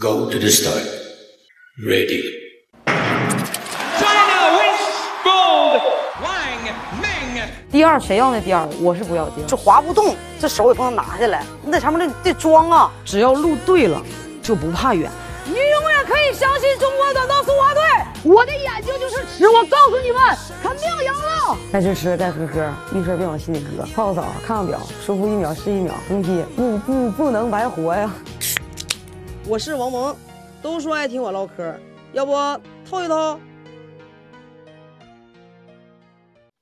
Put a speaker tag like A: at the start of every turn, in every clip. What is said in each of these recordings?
A: Go to the start. Ready.
B: China wins gold. Wang Ming.
C: 第二谁要那第二？我是不要第
D: 这
C: 二，
D: 滑不动，这手也不能拿下来，你在上面得得装啊。
C: 只要路对了，就不怕远。你永远可以相信中国短道速滑队，我的眼睛就是尺，我告诉你们，肯定赢了。该吃吃，该喝喝，遇事别往心里搁。泡个澡，看看表，舒服一秒是一秒，登梯不不不能白活呀。
D: 我是王蒙，都说爱听我唠嗑，要不透一透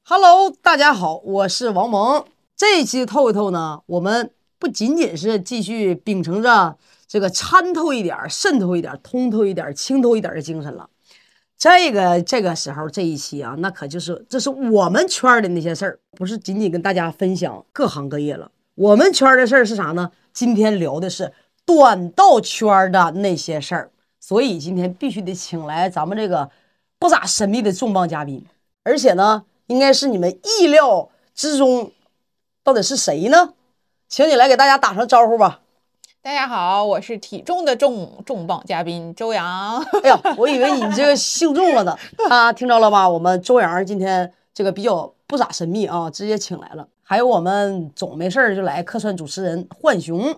D: ？Hello，大家好，我是王蒙。这一期透一透呢，我们不仅仅是继续秉承着这个参透一点儿、渗透一点儿、通透一点儿、清透一点儿的精神了。这个这个时候这一期啊，那可就是这是我们圈儿的那些事儿，不是仅仅跟大家分享各行各业了。我们圈儿的事儿是啥呢？今天聊的是短道圈儿的那些事儿，所以今天必须得请来咱们这个不咋神秘的重磅嘉宾，而且呢，应该是你们意料之中，到底是谁呢？请你来给大家打声招呼吧。
E: 大家好，我是体重的重重磅嘉宾周洋。
D: 哎呀， 我以为你这个姓中了呢。啊，听着了吧？我们周洋今天这个比较不咋神秘啊，直接请来了。还有我们总没事儿就来客串主持人浣熊，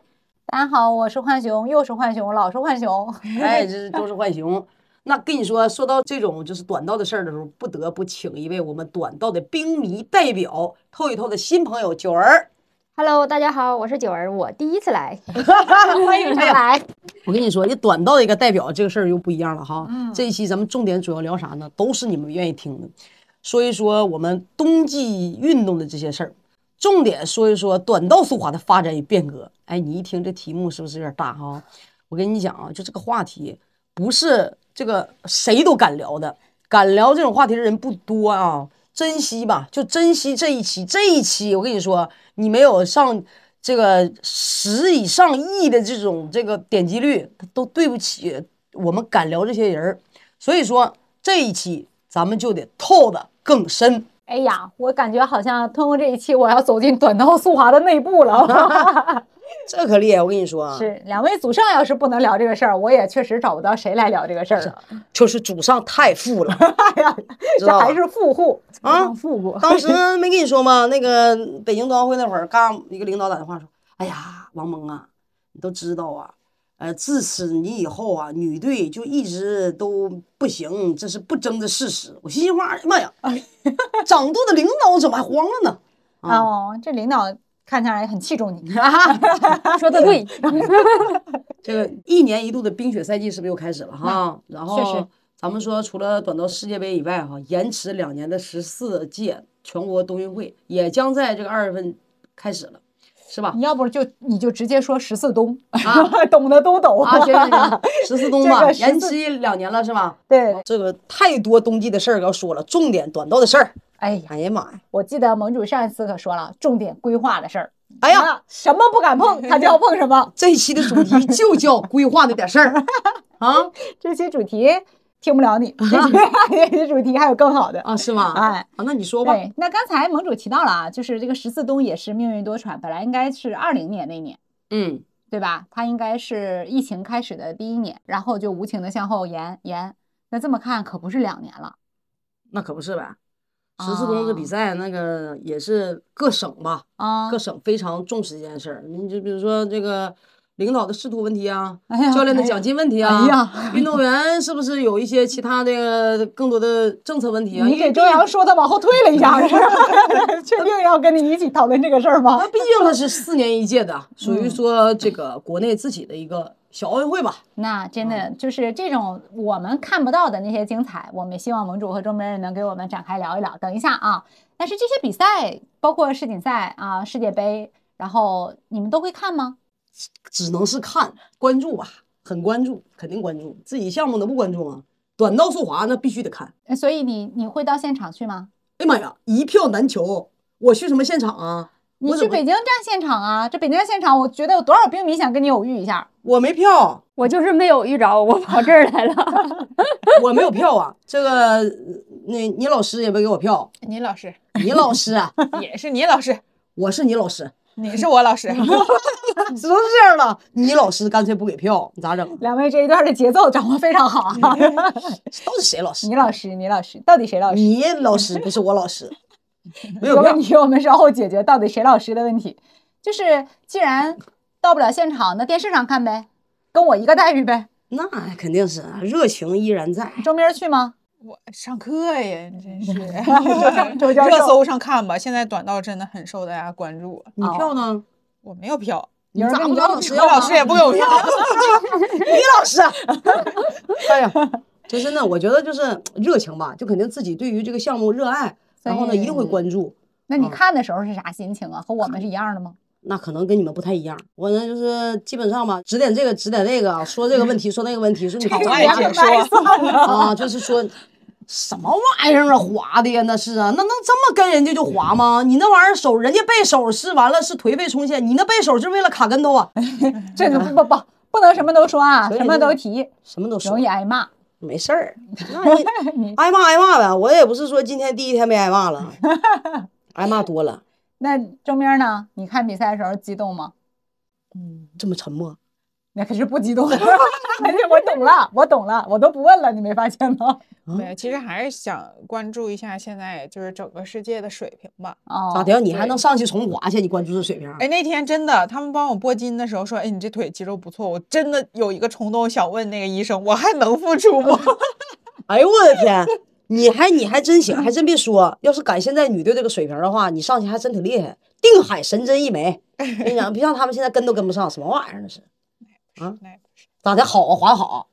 F: 大家好，我是浣熊，又是浣熊，老是浣熊。
D: 哎，这都是浣熊。那跟你说，说到这种就是短道的事儿的时候，不得不请一位我们短道的冰迷代表，透一透的新朋友九儿。
F: Hello，大家好，我是九儿，我第一次 来，
D: 欢迎
F: 常来。
D: 我跟你说，这短道的一个代表这个事儿又不一样了哈。
F: 嗯
D: 这一期咱们重点主要聊啥呢？都是你们愿意听的，说一说我们冬季运动的这些事儿，重点说一说短道速滑的发展与变革。哎，你一听这题目是不是有点大哈？我跟你讲啊，就这个话题不是这个谁都敢聊的，敢聊这种话题的人不多啊，珍惜吧，就珍惜这一期。这一期我跟你说，你没有上这个十以上亿的这种这个点击率，都对不起我们敢聊这些人儿。所以说这一期咱们就得透的更深。
F: 哎呀，我感觉好像通过这一期，我要走进短道速滑的内部 了。
D: 这可厉害！我跟你说啊，
F: 是，两位祖上要是不能聊这个事儿，我也确实找不到谁来聊这个事儿了。
D: 就是祖上太富了，
F: 哎呀，
D: 知
F: 这
D: 道吧
F: 还是富户祖
D: 啊
F: 上富 户。
D: 当时没跟你说吗？那个北京冬奥会那会儿，刚一个领导打电话说：“哎呀，王蒙啊，你都知道啊，呃，自此你以后啊，女队就一直都不行，这是不争的事实。”我心心话，哎呀 妈呀，长肚的领导怎么还慌了呢？啊，
F: 哦，这领导看起来很器重你，
C: 说的对，
D: 这个一年一度的冰雪赛季是不是又开始了哈？然
F: 嗯确实
D: 后咱们说，除了短道世界杯以外哈，延迟两年的十四届全国冬运会也将在这个二月份开始了，是吧？
F: 你要不就你就直接说十四冬，
D: 啊
F: 懂的都 懂
D: 啊，行行行， 十四冬吧，
F: 这个14
D: 延期两年了是吧？
F: 对，
D: 这个太多冬季的事儿要说了，重点短道的事儿。
F: 哎呀，
D: 哎呀妈呀！
F: 我记得盟主上一次可说了，重点规划的事儿。
D: 哎呀，
F: 啊，什么不敢碰，他就要碰什
D: 。
F: 么
D: 这一期的主题就叫规划那点事儿 啊
F: 这期主题听不了 你，这期这期主题还有更好的。
D: 啊是吗？
F: 哎，
D: 啊，那你说吧。
F: 对，那刚才盟主提到了啊，就是这个十四冬也是命运多舛，本来应该是二零年那年，
D: 嗯，
F: 对吧？它应该是疫情开始的第一年，然后就无情的向后延延。那这么看可不是两年了，
D: 那可不是呗。
F: 啊
D: 十四冬这比赛，那个也是各省吧，
F: 啊、
D: 各省非常重视这件事儿。你就比如说这个领导的仕途问题啊，
F: 哎呀
D: 教练的
F: 哎呀
D: 奖金问题啊，
F: 哎呀
D: 运动员是不是有一些其他的更多的政策问题啊？
F: 你
D: 因为
F: 给
D: 毕
F: 周
D: 竟
F: 洋说的往后退了一 下，是吧 确定要跟你一起讨论这个事儿吗？
D: 啊那毕竟它是四年一届的，属于
F: 嗯
D: 说这个国内自己的一个小奥运会吧。
F: 那真的
D: 嗯
F: 就是这种我们看不到的那些精彩，我们也希望盟主和中国人能给我们展开聊一聊。等一下啊，但是这些比赛，包括世锦赛啊、世界杯，然后你们都会看吗？
D: 只能是看关注吧，很关注，肯定关注。自己项目能不关注吗？短道速滑那必须得看。
F: 呃所以你你会到现场去吗？
D: 哎呀妈呀，一票难求！我去什么现场啊？
F: 你
D: 我
F: 去
D: 怎么
F: 北京站现场啊？这北京站现场，我觉得有多少冰迷想跟你偶遇一下？
D: 我没票，
C: 我就是没有遇着，我跑这儿来了。
D: 我没有票啊。这个，那 你老师也没给我票。
E: 倪老师
D: 你老师啊，
E: 也是倪老师，
D: 我是你老师，
E: 你是我 老师，
D: 只能这样了。你老师干脆不给票，你咋整？
F: 两位这一段的节奏掌握非常好啊！
D: 嗯 到底谁老师？啊
F: 你老师，你老师，到底谁老师？
D: 你老师不是我老师，没有
F: 这个
D: 票
F: 问。题我们稍后解决，到底谁老师的问题。就是既然到不了现场，那电视上看呗，跟我一个待遇呗。
D: 那肯定是啊热情依然在。
F: 周明儿去吗？
E: 我上课呀，你真是
F: 周教授
E: 热搜上看吧。现在短道真的很受大家关注，
D: 你票呢？
E: 我没有票，
F: 有人
D: 哦咋
F: 跟
D: 不
F: 你
D: 跟
F: 要
D: 老师要
E: 我老
D: 吗？
E: 师也不给我票。
D: 你老师，哎呀， 就真的，我觉得就是热情吧，就肯定自己对于这个项目热爱，然后呢
F: 所以
D: 一定会关注。
F: 那你
D: 嗯
F: 看的时候是啥心情啊？和我们是一样的 吗？
D: 那可能跟你们不太一样，我呢就是基本上吧，指点这个指点那个啊，说这个问题说那个问题，说你
E: 我
D: 这
E: 爱解说，
D: 啊，就是说什么玩意儿啊，滑的呀，那是啊，那能这么跟人家就滑吗？你那玩意儿手，人家背手是完了是颓废冲线，你那背手是为了卡跟头啊，
F: 这个 不不不，不能什么都说啊，
D: 所以
F: 什么
D: 就
F: 都提，
D: 什么都说
F: 容易挨骂。
D: 没事儿，那你挨骂挨骂呗，我也不是说今天第一天被挨骂了，挨骂多了，
F: 那周明儿呢？你看比赛的时候激动吗？
D: 这么沉默，
F: 那可是不激动的。哎呀我懂了，我懂了，我都不问了，你没发现吗？
E: 没
D: 啊
E: 有，其实还是想关注一下现在就是整个世界的水平吧。
F: 哦，
D: 咋的？你还能上去重滑去？你关注这水平啊儿？
E: 哎，那天真的，他们帮我拨筋的时候说：“哎，你这腿肌肉不错。”我真的有一个冲动想问那个医生，我还能复出 吗？
D: 哎呦我的天！你还你还真行，还真别说，要是赶现在女队这个水平的话，你上去还真挺厉害，定海神针一 枚。跟你讲，别像他们现在跟都跟不上，什么玩意儿那是？啊
E: 那不是
D: 咋的好啊，滑 好。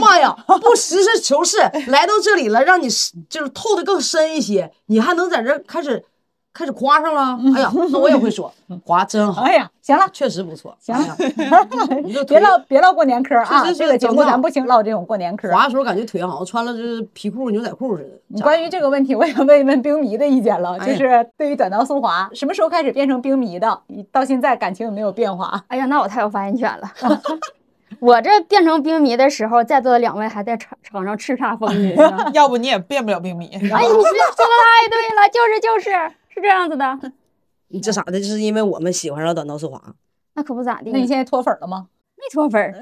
D: 妈呀，不实事求是，来到这里了，让你是就是透的更深一些，你还能在这儿开始开始夸上了？哎呀，那我也会 说，滑真好，
F: 哎呀，行了，
D: 确实不错。
F: 行
D: 哎呀
F: 了，
D: 你 这
F: 别
D: 腿
F: 唠别唠过年嗑儿啊！
D: 是是是
F: 这个节目
D: 整到
F: 咱不行唠这种过年嗑儿。
D: 滑的时候感觉腿好像穿了就是皮裤牛仔裤似的。
F: 你关于这个问题，我也问一问冰迷的意见了，
D: 哎
F: 就
D: 呀
F: 是对于短道速滑，什么时候开始变成冰迷的？你到现在感情有没有变化？
G: 哎呀，那我太有发言权 了。我这变成冰迷的时候，在座的两位还在场场上叱咤风 云
D: 啊
G: 呢。
E: 要不你也变不了冰米。
G: 哎，你这说的太对了，就是就是是这样子的，
D: 你这啥的，就是因为我们喜欢上短 道速滑。
G: 那可不咋地。
F: 那你现在脱粉了吗？
G: 没脱粉儿，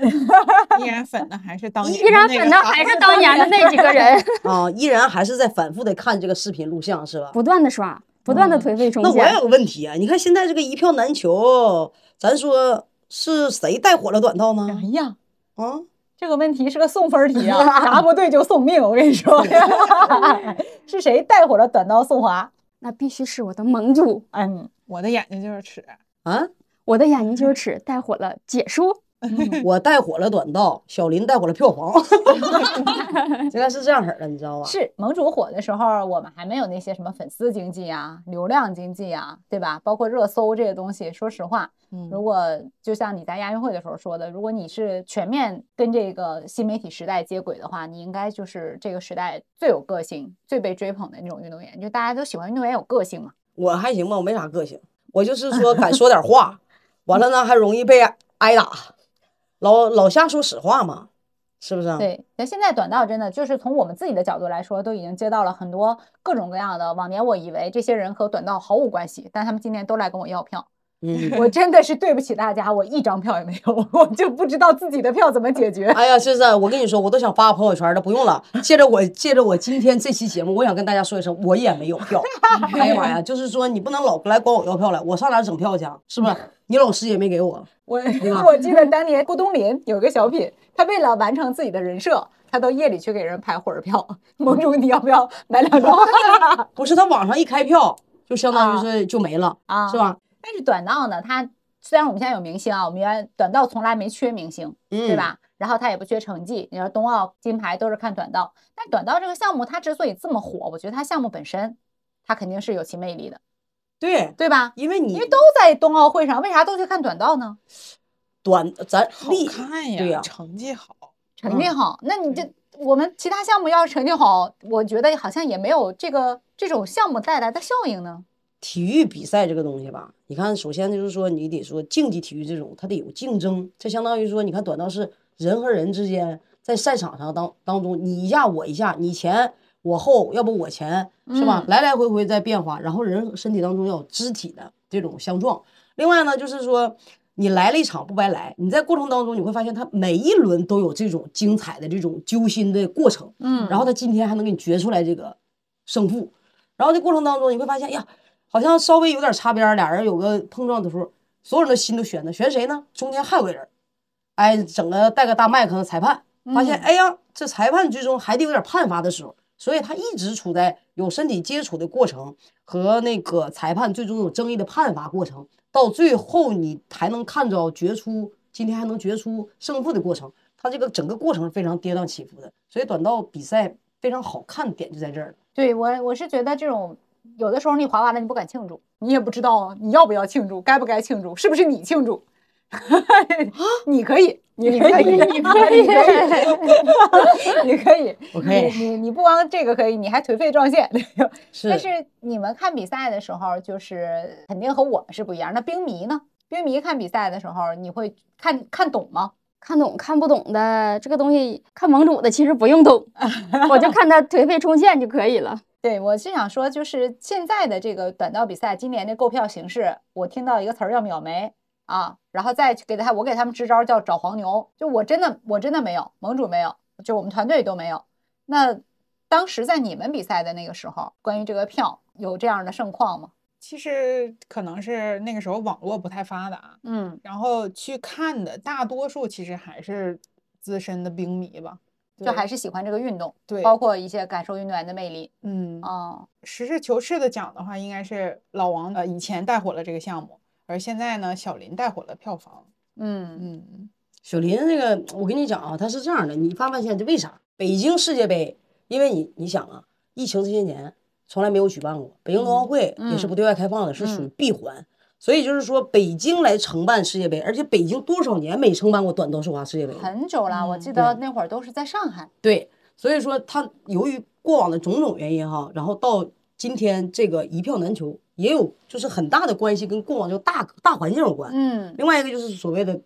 E: 依然粉的还是当年
G: 依然
E: 那个
G: 粉的
E: 啥
G: 还是当年的那几个人，
D: 啊，依然还是在反复的看这个视频录像，是吧？
G: 不断的刷，不断的颓废冲
D: 那我
G: 线
D: 也。有个问题啊，你看现在这个一票难求，咱说是谁带火了短道呢
F: 哎？呀，
D: 啊，
F: 这个问题是个送分题啊，答不对就送命，我跟你说，是谁带火了短道速滑？
G: 那必须是我的盟主，
F: 嗯，
E: 我的眼睛就是尺，
D: 啊，
G: 我的眼睛就是尺带火了解说。
D: 我带火了短道，小林带火了 票房，应该是这样式儿的，你知道吧？
F: 是盟主火的时候，我们还没有那些什么粉丝经济啊、流量经济啊，对吧？包括热搜这些东西，说实话，
E: 嗯
D: 嗯
F: 如果就像你在亚运会的时候说的，如果你是全面跟这个新媒体时代接轨的话，你应该就是这个时代最有个性、最被追捧的那种运动员，就大家都喜欢运动员有个性嘛。
D: 我还行吧，我没啥个性，我就是 说敢说点话，完了呢还容易被挨打，老老瞎说实话嘛，是不是啊？
F: 对，那现在短道真的就是从我们自己的角度来说，都已经接到了很多各种各样的。往年我以为这些人和短道毫无关系，但他们今年都来跟我要票，
D: 嗯，
F: 我真的是对不起大家，我一张票也没有，我就不知道自己的票怎么解决。
D: 哎呀，就是我跟你说，我都想发朋友圈了，不用了。借着我，借着我今天这期节目，我想跟大家说一声，我也没有 票。哎呀妈呀，就是说你不能老来管我要票来，我上哪儿整票去啊？是不是？你老师也没给我，
F: 我 我记得当年郭冬临有个小品，他为了完成自己的人设，他到夜里去给人排火车票。 盟主，你要不要买两张
D: 不是他网上一开票，就相当于
F: 啊
D: 是就没了，
F: 啊？
D: 是？吧？
F: 但是短道呢，它虽然我们现在有明星啊，我们原来短道从来没缺明星，
D: 嗯，
F: 对？吧？然后他也不缺成绩，你说冬奥金牌都是看短道，但短道这个项目它之所以这么火，我觉得它项目本身，它肯定是有其魅力的，
D: 对，
F: 对吧？
D: 因为你
F: 因为都在冬奥会上，为啥都去看短道呢？
D: 短，咱
E: 好
D: 立
E: 看呀，
D: 对呀
E: 成绩好，
F: 成绩好，那你这我们其他项目要是成绩好，我觉得好像也没有这个这种项目带来的效应呢。
D: 体育比赛这个东西吧，你看，首先就是说，你得说竞技体育这种，它得有竞争。这相当于说，你看短道是人和人之间在赛场上当当中，你一下我一下，你前我后，要不我前，是吧？
F: 嗯
D: 来来回回在变化，然后人身体当中要有肢体的这种相撞。另外呢，就是说你来了一场不白来，你在过程当中你会发现，他每一轮都有这种精彩的这种揪心的过程。
F: 嗯，
D: 然后他今天还能给你决出来这个胜负。然后这过程当中，你会发现，哎呀，好像稍微有点擦边儿，俩人有个碰撞的时候，所有人的心都悬着，悬谁呢？中间还有个人儿，哎，整个带个大麦克的裁判，
F: 嗯
D: 发现，哎呀，这裁判最终还得有点判罚的时候，所以他一直处在有身体接触的过程和那个裁判最终有争议的判罚过程，到最后你才能看着决出今天还能决出胜负的过程。他这个整个过程是非常跌宕起伏的，所以短道比赛非常好看的点就在这儿了。
F: 对我我是觉得这种有的时候你滑完了你不敢庆祝，你也不知道你要不要庆祝，该不该庆祝，是不是你庆祝？ 你可以，啊你可以，你可以，你可以，
D: 我可以
F: 你你你不光这个可以，你还颓废撞线。
D: 是
F: 但是你们看比赛的时候，就是肯定和我们是不一样。那冰迷呢？冰迷看比赛的时候，你会看看懂吗？
G: 看懂看不懂的这个东西，看盟主的其实不 用懂，我就看他颓废冲线就可以了。
F: 对，我是想说，就是现在的这个短道比赛，今年的购票形式，我听到一个词儿叫秒没啊，然后再去给他，我给他们支招儿叫找黄牛，就我真的我真的没有，盟主没有，就我们团队都没有。那当时在你们比赛的那个时候，关于这个票有这样的盛况吗？
E: 其实可能是那个时候网络不太发达，
F: 嗯，
E: 然后去看的大多数其实还是资深的冰迷吧，
F: 就
E: 对
F: 还是喜欢这个运动，
E: 对
F: 包括一些感受运动员的魅力
E: 嗯
F: 啊、
E: 实事求是的讲的话，应该是老王呃以前带火了这个项目，而现在呢，小林带火了票房。
F: 嗯
E: 嗯，
D: 小林那个，我跟你讲啊，他是这样的，你发没发现这为啥？北京世界杯，因为你你想啊，疫情这些年从来没有举办过，北京冬奥会也是不对外开放的，是属于闭环。所以就是说，北京来承办世界杯，而且北京多少年没承办过短道速滑世界杯了？
F: 很久了，我
E: 嗯
F: 记得那会儿都是在上海，
D: 对，所以说他由于过往的种种原因哈，然后到今天这个一票难求，也有就是很大的关系跟过往这个大大环境有关。
F: 嗯
D: 另外一个就是所谓的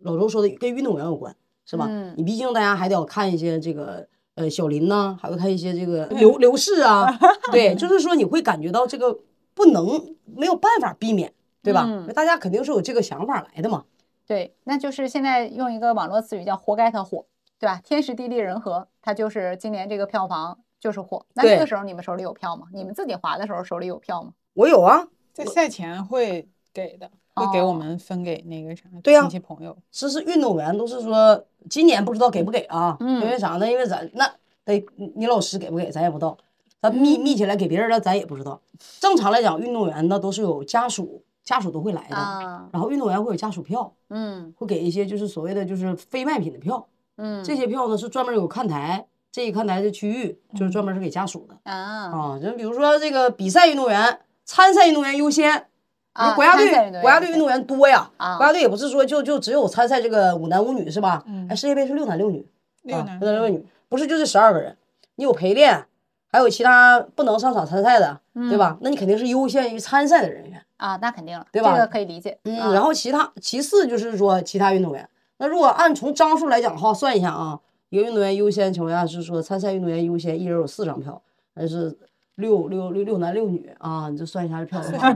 D: 老周说的跟运动员有关，是吧？
F: 嗯
D: 你毕竟大家还得要看一些这个呃小林呐、还会看一些这
F: 嗯
D: 个刘刘氏 啊，对，就是说你会感觉到这个不能没有办法避免，对吧？
F: 嗯
D: 大家肯定是有这个想法来的嘛。
F: 对，那就是现在用一个网络词语叫“活该它火”，对吧？天时地利人和，它就是今年这个票房就是火。那这
D: 对
F: 个时候你们手里有票吗？你们自己划的时候手里有票吗？
D: 我有啊，
E: 在赛前会给的，会给
F: 哦
E: 我们分给那个啥
D: 对呀
E: 亲戚朋友。
D: 这是运动员都是说今年不知道给不给啊？
F: 嗯
D: 因为啥呢？因为咱那得你你老师给不给咱也不知道，咱
F: 嗯
D: 密密起来给别人了咱也不知道。正常来讲，运动员呢都是有家属，家属都会来的，
F: 啊，
D: 然后运动员会有家属票，
F: 嗯
D: 会给一些就是所谓的就是非卖品的票，
F: 嗯，
D: 这些票呢是专门有看台，这一看台的区域就是专门是给家属的
F: 啊
D: 啊。就比如说这个比赛运动员、参赛运动员优先，
F: 啊，
D: 国家
F: 参
D: 队
F: 赛运动
D: 国家
F: 员
D: 队运
F: 对
D: 动员多呀，
F: 啊
D: 国家队也不是说就就只有参赛这个五男五女是吧？
E: 嗯
D: 哎，世界杯是六男六女，
E: 六
D: 啊
E: 男
D: 六男六
E: 嗯
D: 女，不是就是十二个人，你有陪练，还有其他不能上场参赛的，
F: 嗯
D: 对吧？那你肯定是优先于参赛的人员，
F: 啊，那肯定了，
D: 对
F: 这
D: 吧
F: 个可以理解。
D: 嗯，
F: 啊
D: 然后其他其次就是说其他运动员，那如果按从张数来讲的话，算一下啊，一个运动员优先情况下是说参赛运动员优先，一人有四张票，那是六六六六男六女啊，你就算一下这票 多少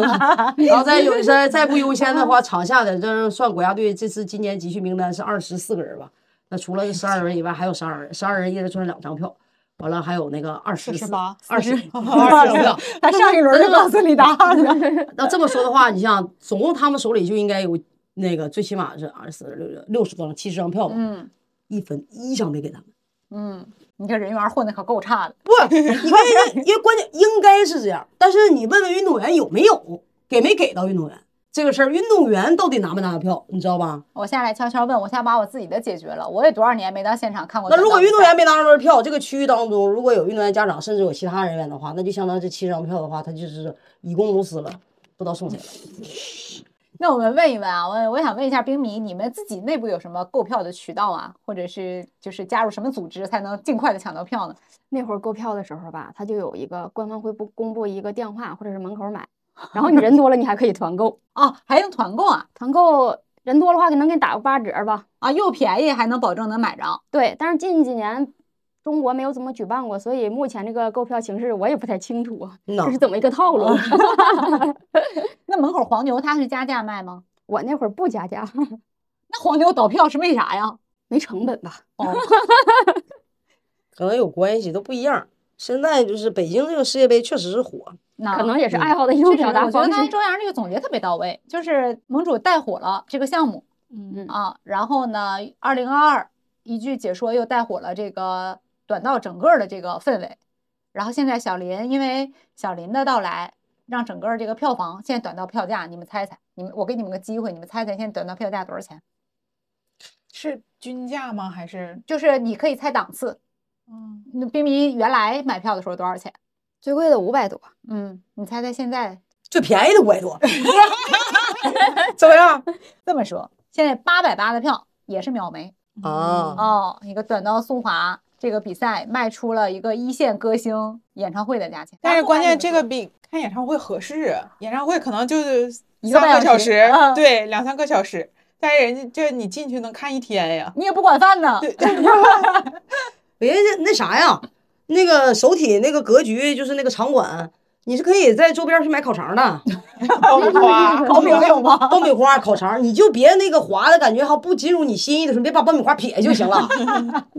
D: 然后再有一些再不优先的话，场下的这算国家队这次今年集训名单是二十四个人吧？那除了这十二人以外，还有十二人，十二人一人算两张票，完了还有那个二十
E: 48
D: 二十二十
E: 42
D: 票。
F: 他上一轮就 告诉你 答案了，
D: 那这么说的话，你像总共他们手里就应该有那个最起码是二十六六十张七十张票吧，
F: 嗯
D: 一分一张没给他 们。
F: 嗯，你这人缘混的可够差的，
D: 不，你看人家，因为关键应该是这样，但是你问问运动员有没有给没给到运动员这个事儿，运动员到底拿没拿票，你知道吧？
F: 我下来悄悄问，我现在把我自己的解决了，我也多少年没到现场看过
D: 那
F: 短道比赛。
D: 如果运动员没拿到票，这个区域当中如果有运动员家长，甚至有其他人员的话，那就相当于这七张票的话，他就是以公无私了，不知道送谁了。
F: 那我们问一问啊，我我想问一下冰迷，你们自己内部有什么购票的渠道啊，或者是就是加入什么组织才能尽快的抢到票呢？
G: 那会儿购票的时候吧，他就有一个官方会不公布一个电话，或者是门 口买，然后你人多了，你还可以团购，
F: 哦，还用团购啊？
G: 团购人多的话，可能给你打个八折吧。
F: 啊，又便宜还能保证能买着
G: 对，但是近几年中国没有怎么举办过，所以目前这个购票形势我也不太清楚，啊
D: 那
G: 这是怎么一个套 路？
F: 那门口黄牛他是加价卖吗？
G: 我那会儿不加价，
F: 那黄牛倒票是为啥呀？
G: 没成本吧？
F: 哦，
D: 可能有关系，都不一样。现在就是北京这个世界杯确实是火，
F: 那
G: 可能也是
D: 嗯
G: 爱好的一
F: 啊确实
G: 种表达
F: 我觉得
G: 方
F: 刚才
G: 式。
F: 周洋这个总结特别到位，就是盟主带火了这个项目
E: 嗯
G: 嗯
F: 啊，然后呢，二零二二一句解说又带火了这个短道整个的这个氛围，然后现在小林因为小林的到来，让整个这个票房现在短道票价，你们猜猜，你们我给你们个机会，你们猜猜现在短道票价多少钱？
E: 是均价吗？还是
F: 就是你可以猜档次，
E: 嗯，
F: 那冰迷原来买票的时候多少钱？
G: 最贵的五百多，
F: 嗯，你猜猜现在
D: 最便宜的五百多，
E: 嗯
D: 怎么样？
F: 这么说，现在八百八的票也是秒没
D: 啊，
F: 哦。一个短道速滑这个比赛卖出了一个一线歌星演唱会的价钱，
E: 但是关键这个
F: 比
E: 比看演唱会合适，演唱会可能就是
F: 一个
E: 三
F: 半
E: 个
F: 小
E: 小
F: 时
E: 时
F: 啊，
E: 对，两三个小时。但是人家这你进去能看一 天呀，
F: 你也不管饭呢，
E: 对，
D: 人家那啥呀，那个首体那个格局就是那个场馆，你是可以在周边去买烤肠的，
E: 爆米
D: 啊
E: 花，
F: 烤饼有吗？
D: 爆米花、烤肠，你就别那个滑的感觉，还不进入你心意的时候，你别把爆米花撇下就行了。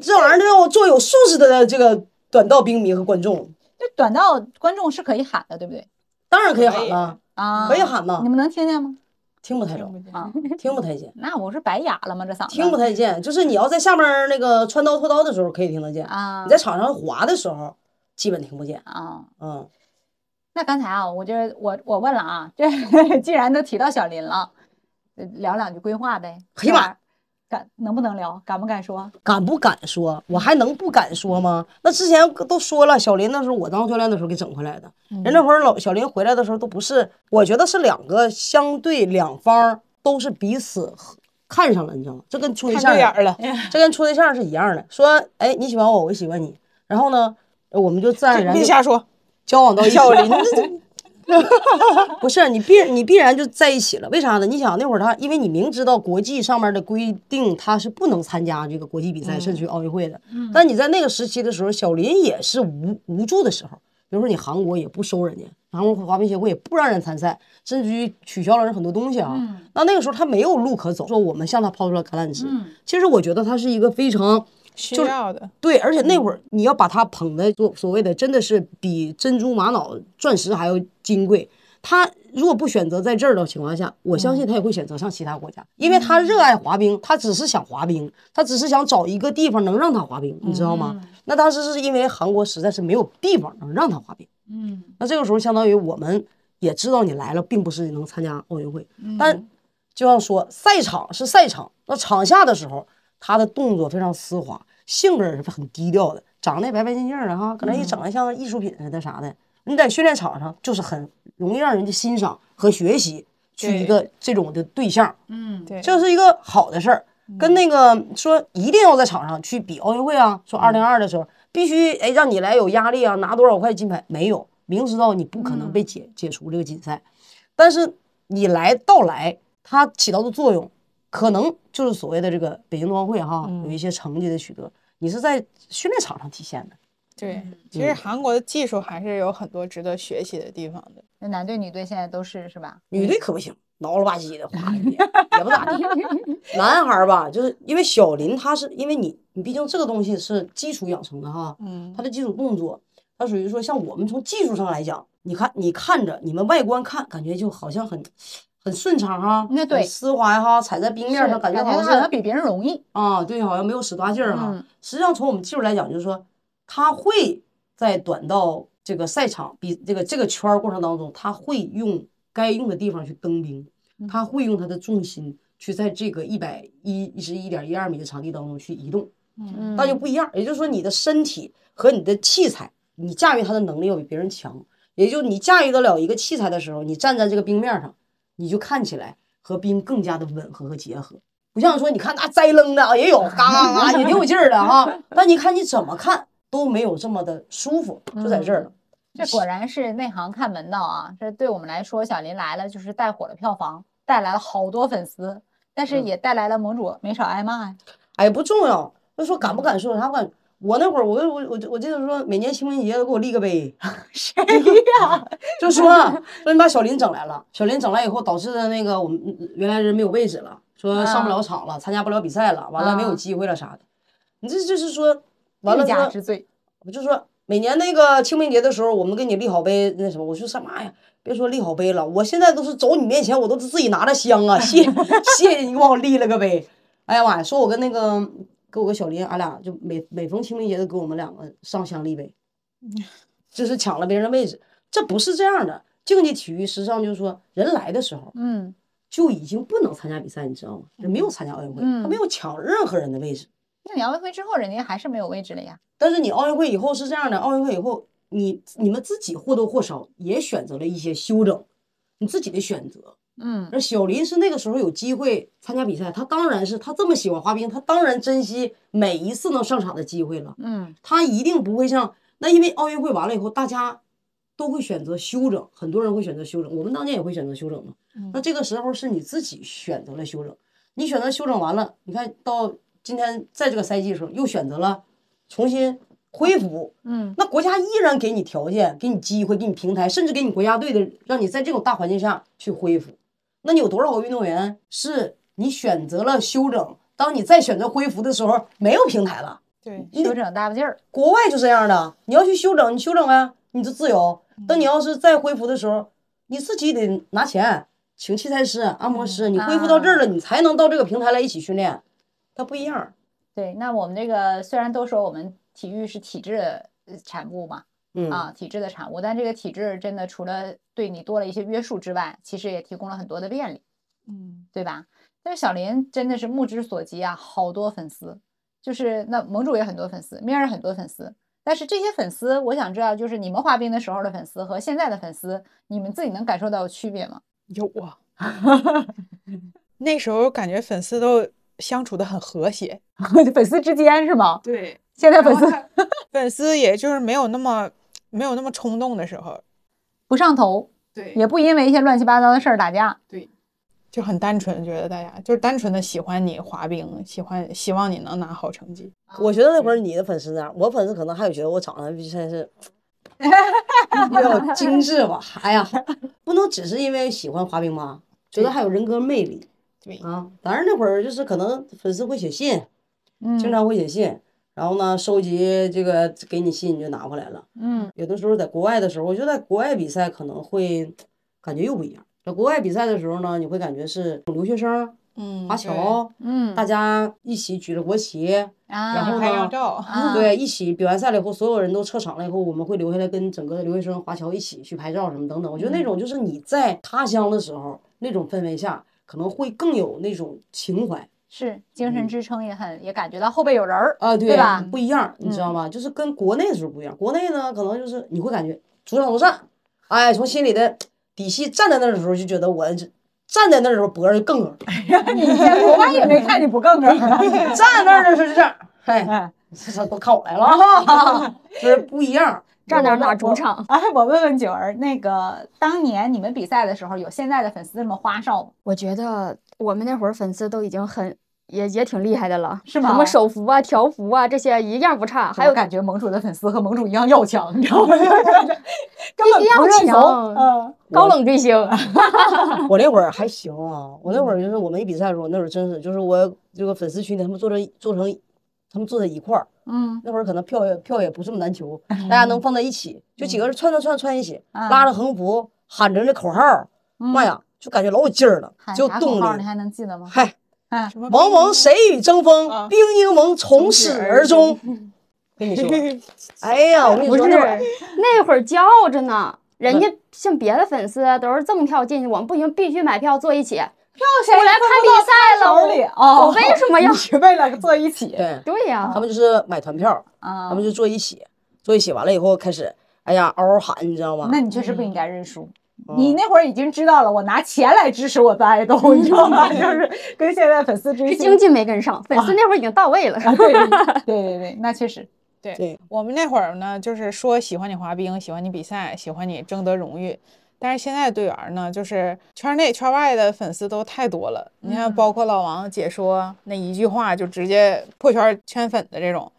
D: 这玩意儿要做有素质的这个短道冰迷和观众，
F: 就短道观众是可以喊的，对不对？
D: 当然可以喊了，
F: 啊，
D: 可以喊呐
F: 你们能听见吗？
D: 听不太着，
E: 啊，
D: 听不太见。
F: 那我是白哑了吗？这嗓子
D: 听不太见，就是你要在下面儿那个穿刀脱刀的时候可以听得见，
F: 啊
D: 你在场上滑的时候基本听不见。
F: 啊。
D: 嗯，
F: 那刚才啊，我这我我问了啊，这 既然都提到小林了，呃聊两句规划呗。
D: 哎呀妈
F: 这玩意儿，敢能不能聊？敢不敢说？
D: 敢不敢说？我还能不敢说吗？那之前都说了，小林那时候我当教练的时候给整回来的，
E: 嗯
D: 人那会儿老小林回来的时候都不是，我觉得是两个相对两方儿都是彼此看上了，你知道吗？这跟处对
E: 看
D: 象儿
E: 对眼儿了，
D: 这跟处对象儿是一样的，说哎你喜欢我，我喜欢你，然后呢，我们就自然而然
E: 别
D: 就
E: 瞎说，
D: 交往到一起
E: 小林
D: 不是你必你必然就在一起了，为啥呢？你想那会儿他，因为你明知道国际上面的规定他是不能参加这个国际比
F: 嗯
D: 赛，甚至于奥运会的。但你在那个时期的时候，小林也是无无助的时候。比如说你韩国也不收人家，韩国滑冰协会也不让人参赛，甚至于取消了人很多东西啊。
F: 嗯
D: 那那个时候他没有路可走，说我们向他抛出了橄榄枝。
F: 嗯
D: 其实我觉得他是一个非常
E: 需
D: 就是
E: 要的，
D: 对，而且那会儿你要把它捧的所所谓的真的是比珍珠玛瑙、钻石还要金贵。他如果不选择在这儿的情况下，我相信他也会选择上其他国家，因为他热爱滑冰，他只是想滑冰，他只是想找一个地方能让他滑冰，你知道
F: 嗯
D: 吗？那当时是因为韩国实在是没有地方能让他滑冰，
F: 嗯
D: 那这个时候相当于我们也知道你来了，并不是能参加奥运会，但就像说赛场是赛场，那场下的时候，他的动作非常丝滑，性格也是很低调的，长得也白白净净的哈，可能一整得像艺术品似的啥的。你在训练场上就是很容易让人家欣赏和学习，去一
E: 对
D: 个这种的对象，
F: 嗯，
E: 对，
D: 这是一个好的事儿。跟那个说一定要在场上去比奥运会啊，说二零二的时候必须哎让你来有压力啊，拿多少块金牌没有？明知道你不可能被解解除这个禁赛，但是你来到来，它起到的作用，可能就是所谓的这个北京冬奥会哈，有一些成绩的取得，你是在训练场上体现的。
E: 对，
F: 嗯
E: 其实韩国的技术还是有很多值得学习的地方的。
F: 那男队女队现在都是是吧？
D: 女队可不行，挠了吧唧的，哗也不咋地。男孩儿吧，就是因为小林他是因为你，你毕竟这个东西是基础养成的哈，
E: 嗯
D: 他的基础动作，他属于说像我们从技术上来讲，你看你看着你们外观看，感觉就好像很很顺畅哈，
F: 那
D: 很
F: 对
D: 丝滑哈，踩在冰面
F: 是
D: 上感觉
F: 感觉
D: 好
F: 他好像
D: 像是
F: 比别人容易。
D: 啊，对，好像没有使大劲儿哈。
F: 嗯
D: 实际上从我们技术来讲，就是说他会在短道这个赛场比这个这个圈儿过程当中，他会用该用的地方去蹬冰，
F: 嗯
D: 他会用他的重心去在这个一百一一十一点一二米的场地当中去移动。
F: 嗯，
D: 那就不一样。也就是说，你的身体和你的器材，你驾驭它的能力要比别人强。也就你驾驭得了一个器材的时候，你站在这个冰面上，你就看起来和冰更加的吻合和结合。不像说你看那栽扔的啊，也有嘎嘎嘎，也挺有劲儿的哈。 但你看你怎么看都没有这么的舒服，就在这儿了。
F: 这果然是内行看门道啊！这对我们来说，小林来了就是带火了票房，带来了好多粉丝，
D: 嗯
F: 但是也带来了盟主没少挨骂呀。
D: 哎，不重要，就说敢不敢说，啥不敢。我那会儿，我我我我记得说，每年清明节都给我立个碑，
E: 谁呀？
D: 就说啊说你把小林整来了，小林整来以后导致的那个我们原来人没有位置了，说上不
E: 啊
D: 了场了，参加不了比赛了，完了没有
F: 啊
D: 机会了啥的。你这就是说，完
E: 欲
D: 了
E: 加
D: 说
E: 之罪。
D: 我就说每年那个清明节的时候，我们给你立好碑，那什么，我说干嘛呀？别说立好碑了，我现在都是走你面前，我都自己拿着香啊，谢谢谢你给我立了个碑。哎呀妈呀，说我跟那个给我个小林，俺俩就每每逢清明节都给我们两个上香立碑， 就是抢了别人的位置，这不是这样的。竞技体育实际上就是说，人来的时候
F: 嗯
D: 就已经不能参加比赛，你知道吗？人没有参加奥运会，他没有抢任何人的位置。
F: 那你奥运会之后，人家还是没有位置了呀。
D: 但是你奥运会以后是这样的，奥运会以后你你们自己或多或少也选择了一些休整，你自己的选择。
F: 嗯，
D: 而小林是那个时候有机会参加比赛，他当然是他这么喜欢滑冰，他当然珍惜每一次能上场的机会了。
F: 嗯，
D: 他一定不会像那，因为奥运会完了以后，大家都会选择休整，很多人会选择休整，我们当年也会选择休整嘛。那这个时候是你自己选择了休整，你选择休整完了，你看到今天在这个赛季的时候，又选择了重新恢复，
F: 嗯，
D: 那国家依然给你条件、给你机会、给你平台，甚至给你国家队的，让你在这种大环境下去恢复。那你有多少个运动员是你选择了休整，当你再选择恢复的时候，没有平台了？
E: 对，
D: 你
F: 休整大不劲儿。
D: 国外就这样的，你要去休整，你休整呗，你就自由。等你要是再恢复的时候，你自己得拿钱请器材师、按摩师，你恢复到这儿了，你才能到这个平台来一起训练，它不一样。
F: 对，那我们这个虽然都说我们体育是体制的呃产物嘛，
D: 嗯
F: 啊，体制的产物，但这个体制真的除了对你多了一些约束之外，其实也提供了很多的便利，
E: 嗯，
F: 对吧？但是小林真的是目之所及啊，好多粉丝，就是那盟主也很多粉丝，面儿也很多粉丝。但是这些粉丝，我想知道，就是你们滑冰的时候的粉丝和现在的粉丝，你们自己能感受到有区别吗？
E: 有啊。那时候感觉粉丝都相处的很和谐，
F: 粉丝之间是吗？
E: 对，
F: 现在
E: 然
F: 粉
E: 后
F: 丝
E: 他粉丝也就是没有那么没有那么冲动的时候，
F: 不上头，
E: 对
F: 也不因为一些乱七八糟的事儿打架。
E: 就很单纯，觉得大家就是单纯的喜欢你滑冰，喜欢希望你能拿好成绩。
D: 我觉得那会儿你的粉丝那样，我粉丝可能还有觉得我长得比现在是比较精致吧。哎呀，不能只是因为喜欢滑冰吧，觉得还有人格魅力
E: 对，
D: 啊。当然那会儿就是可能粉丝会写信，
F: 嗯，
D: 经常会写信，然后呢，收集这个给你信你就拿回来了。
F: 嗯，
D: 有的时候在国外的时候，我觉得在国外比赛可能会感觉又不一样。在国外比赛的时候呢，你会感觉是留学生
E: 嗯
D: 华侨，
F: 嗯
D: 大家一起举着国旗，
F: 啊，
D: 然后
E: 拍张
D: 呢
E: 照，
F: 啊，
D: 对，一起比完赛了以后，所有人都撤场了以后，我们会留下来跟整个留学生华侨一起去拍照什么等等。我觉得
F: 嗯
D: 那种就是你在他乡的时候那种氛围下，可能会更有那种情怀。
F: 是精
D: 嗯
F: 神支撑也很，也感觉到后背有人儿。
D: 啊，
F: 对吧嗯
D: 不一样，你知道吗？就是跟国内的时候不一样。国内呢，可能就是你会感觉主场独占，哎，从心里的底细站在那儿的时候，就觉得我这站在那儿的时候脖子 就更梗，
F: 你在国外也没看你不更啊着
D: 站在那儿的时候就这样，
F: 嗯
D: 哎，这这都看我来 了 哈，就是不一样。
G: 站哪儿打主场。
F: 哎，我问问九儿，那个当年你们比赛的时候，有现在的粉丝这么花哨吗？
G: 我觉得我们那会儿粉丝都已经很也也挺厉害的了，
F: 是
G: 什
F: 吗
G: 么手幅啊、条幅啊这些一样不差，还
F: 还有
G: 有
F: 感觉盟主的粉丝和盟主一样要强，你知道吗？ 根本
G: 一样
F: 不认怂。
G: 强
F: 嗯，
G: 高冷追星，
D: 我那会儿还行啊，我那会儿就是我没比赛的时候，我那会儿真是就是我这个粉丝群里他们坐成坐成，他们坐在一块儿，
F: 嗯，
D: 那会儿可能票也票也不这么难求，大家能放在一起，就几个人串串串串一起，
F: 啊
D: 拉着横幅喊着那口号，妈哎呀，就感觉老有劲儿了，
F: 嗯喊
D: 就
F: 啥口
D: 动
F: 号你
D: 力。
F: 还能记得吗？
D: 嗨，
F: 啊，
E: 什么
D: 王蒙谁与争锋，
E: 啊
D: 冰柠檬从始而终。跟你说，哎呀，我跟你
G: 不
D: 说，
G: 是
D: 那会儿
G: 那会儿骄傲着呢。人家像别的粉丝都是赠票进去，我们不行，必须买票坐一起。
F: 谁
G: 我来看比赛了
F: 手里啊，
G: 我为什么 要？
F: 只为了坐一起
D: 对
G: 对呀、
D: 他们就是买团票，
F: 啊
D: 哦他？们就坐一起，坐一起完了以后开始，哎呀，嗷嗷喊，你知道吗？
F: 那你确实不应该认输。
D: 嗯
F: 你那会儿已经知道了，我拿钱来支持我的爱豆，你知道吗？ 就是跟现在粉丝追
G: 是
F: 星
G: 经，济没跟上，粉丝那会儿已经到位了。
F: 啊对对对对，那确实，
E: 我们那会儿呢，就是说喜欢你滑冰，喜欢你比赛，喜欢你争得荣誉。但是现在队员儿呢，就是圈内圈外的粉丝都太多了。你看，包括老王解说那一句话就直接破圈儿圈粉的这种，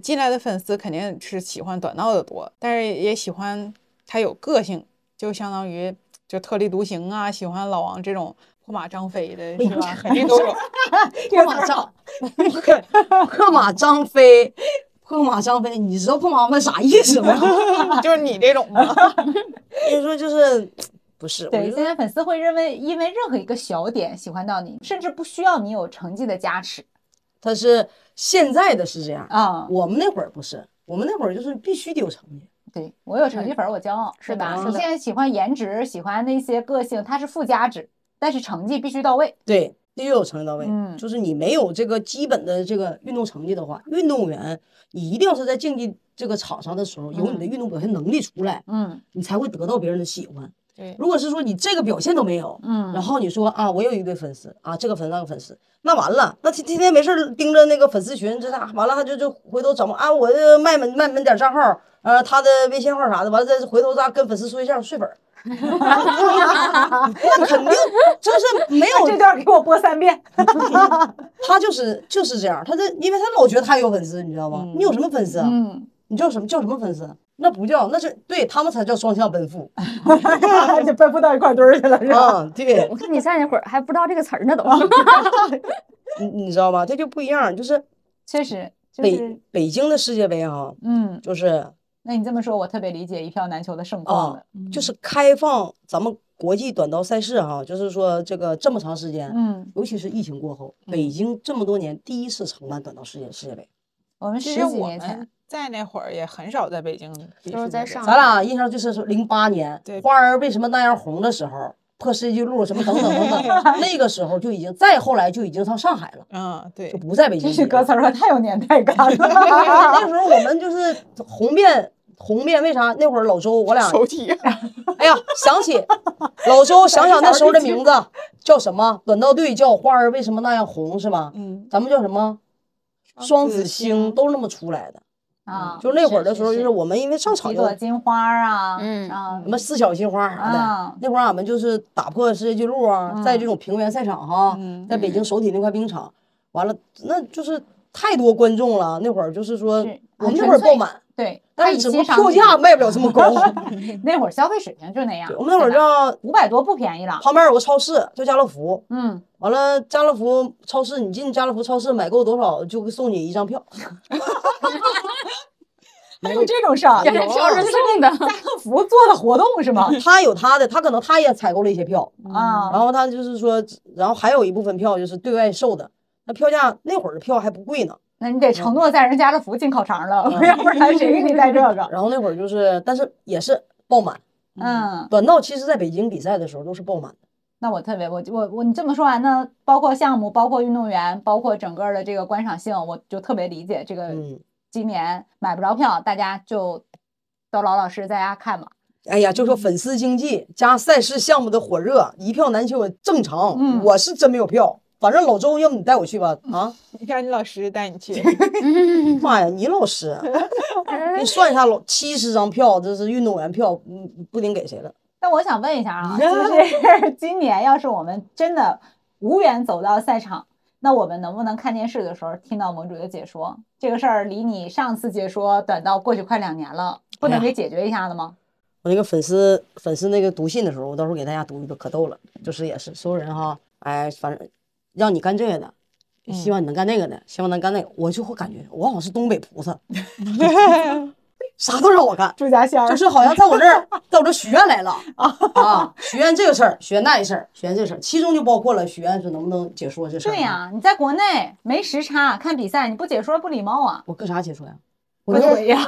E: 进来的粉丝肯定是喜欢短道的多，但是也喜欢他有个性，就相当于就特立独行啊，喜欢老王这种破马张飞的是吧？肯定都有。
D: 破马张，破马张飞，破马张飞，你知道破马张飞啥意思吗？
E: 就是你这种吗？
D: 所以说就是不是，我
F: 对，
D: 觉
F: 现
D: 得
F: 在粉丝会认为因为任何一个小点喜欢到你，甚至不需要你有成绩的加持
D: 他是现在的是这样，
F: 啊。
D: 我们那会儿不是，我们那会儿就是必须得有成
F: 嗯
D: 绩。
F: 对我有成绩粉儿，我骄傲，
G: 是
F: 对
G: 的
F: 吧？
G: 是
F: 你
G: 的
F: 现在喜欢颜值，喜欢那些个性，它是附加值，但是成绩必须到位。
D: 对，必须有成绩到位。
F: 嗯
D: 就是你没有这个基本的这个运动成绩的话，运动员你一定要是在竞技这个场上的时候，有你的运动表现能力出来，
F: 嗯
D: 你才会得到别人的喜欢。
E: 对
D: 如果是说你这个表现都没有，
F: 嗯，
D: 然后你说啊，我有一堆粉丝啊，这个粉丝那个粉丝，那完了，那天天天没事儿盯着那个粉丝群，这那完了，他就就回头怎么啊，我这卖门卖门点账号，呃，他的微信号啥的，完了再回头咋跟粉丝说一下睡粉儿， 那肯定就是没有
F: 这段给我播三遍。
D: 他就是就是这样，他这因为他老觉得他有粉丝，你知道吗？你有什么粉丝啊？
F: 嗯，
D: 你叫什么叫什么粉丝？啊那不叫，那是对他们才叫双向 奔赴
F: 就奔赴到一块堆儿去了，是吧？
D: 啊！对，
G: 我看你在那会儿还不知道这个词儿呢，都。
D: 你你知道吗？这就不一样，就是
F: 确实，就
D: 北、
F: 是
D: 北京的世界杯啊哈、
F: 嗯，
D: 就是
F: 那你这么说，我特别理解一票难求的嗯盛况
D: 啊
F: 了。，
D: 就是开放咱们国际短道赛事哈、啊就是说这个这么长时间，
F: 嗯，
D: 尤其是疫情过后，北京这么多年第一次承办短道世界世界杯，
F: 我们
E: 其
F: 十
E: 实
F: 几
E: 我
F: 年前
E: 们，在那会儿也很少在北京，
G: 都是在
F: 啊
G: 上
D: 咱俩印象就是说零八年
E: 对
D: 花儿为什么那样红的时候，破世界纪录什么等等等等， 那个时候就已经再后来就已经上上海了，
E: 嗯，对
D: 就，不在北京
F: 这
D: 了。
F: 句歌词儿太有年代感了。
D: 那时候我们就是红遍红遍，为啥那会儿老周我俩
E: 手提，
D: 哎呀想起老周，想想那时候的名字叫什么？短道队叫花儿为什么那样红是吧？
E: 嗯，
D: 咱们叫什么？双子星都是那么出来的，
F: 啊，
D: 就那会儿的时候，就是
F: 是
D: 我们因为上
F: 是
D: 场
F: 几
D: 就
F: 朵金花儿啊，
G: 嗯
F: 啊
D: 什，么四小金花啥的，
F: 啊
D: 那会儿俺们就是打破世界纪录啊，在这种平原赛场哈，
E: 嗯
D: 在北京首体那块冰场，完了那就是太多观众了。那会儿就是说，
F: 是
D: 我们
F: 很
D: 那会儿
F: 纯粹
D: 爆满，
F: 对，他
D: 但
F: 以
D: 是只不
F: 欣
D: 过
F: 赏
D: 票
F: 你
D: 价卖不了这么 高。
F: 那会儿消费水平就那样
D: 对，我们那会儿让
F: 五百多不便宜了。
D: 旁边有个超市叫家乐福，
F: 嗯，
D: 完了家乐福超市，你进家乐福超市买够多少就会送你一张票。
F: 还有这种事儿，
D: 啊
G: 这
F: 有
G: 票是送的，
F: 家乐福做的活动是吗？
D: 他有他的，他可能他也采购了一些票，然
F: 啊，
D: 后他就是说，然后还有一部分票就是对外售的，那票价那会儿的票还不贵呢。
F: 那你得承诺在人家乐福进烤肠了，
D: 嗯
F: 要不然谁给你带这个？
D: 然后那会儿就是，但是也是爆满。
F: 嗯，
D: 短道其实在北京比赛的时候都是爆满的，
F: 那我特别，我我我，你这么说完呢，包括项目，包括运动员，包括整个的这个观赏性，我就特别理解这个。
D: 嗯，
F: 今年买不着票，大家就都老老实实在家看吧。
D: 哎呀，就说粉丝经济加赛事项目的火热，一票难求也正常。
F: 嗯
D: 我是真没有票，反正老周，要不你带我去吧？啊，
E: 让你老师带你去，
F: 嗯
D: 妈呀，你老师，你算一下老七十张票，这是运动员票，嗯，不定给谁了。
F: 但我想问一下 啊，就是今年要是我们真的无缘走到赛场，那我们能不能看电视的时候听到盟主的解说？这个事儿离你上次解说短到过去快两年了，不
D: 哎
F: 能给解决一下子吗？
D: 我那个粉丝粉丝那个读信的时候，我到时候给大家读一个，可逗了，就是也是所有人哈，哎，反正让你干这个的，希望你能干那个的，希望能干那个，我就会感觉我好像是东北菩萨，啥都让我 干，
F: 朱家仙
D: 就是好像在我这儿，在我这许愿来了啊，许愿这个事儿，许愿那个事儿，许愿这个事儿，其中就包括了许愿是能不能解说这事儿。啊
F: 对呀、，你在国内没时差看比赛，你不解说不礼貌啊。
D: 我搁啥解说呀？我
F: 不
D: 没
F: 对
D: 有，
F: 呀，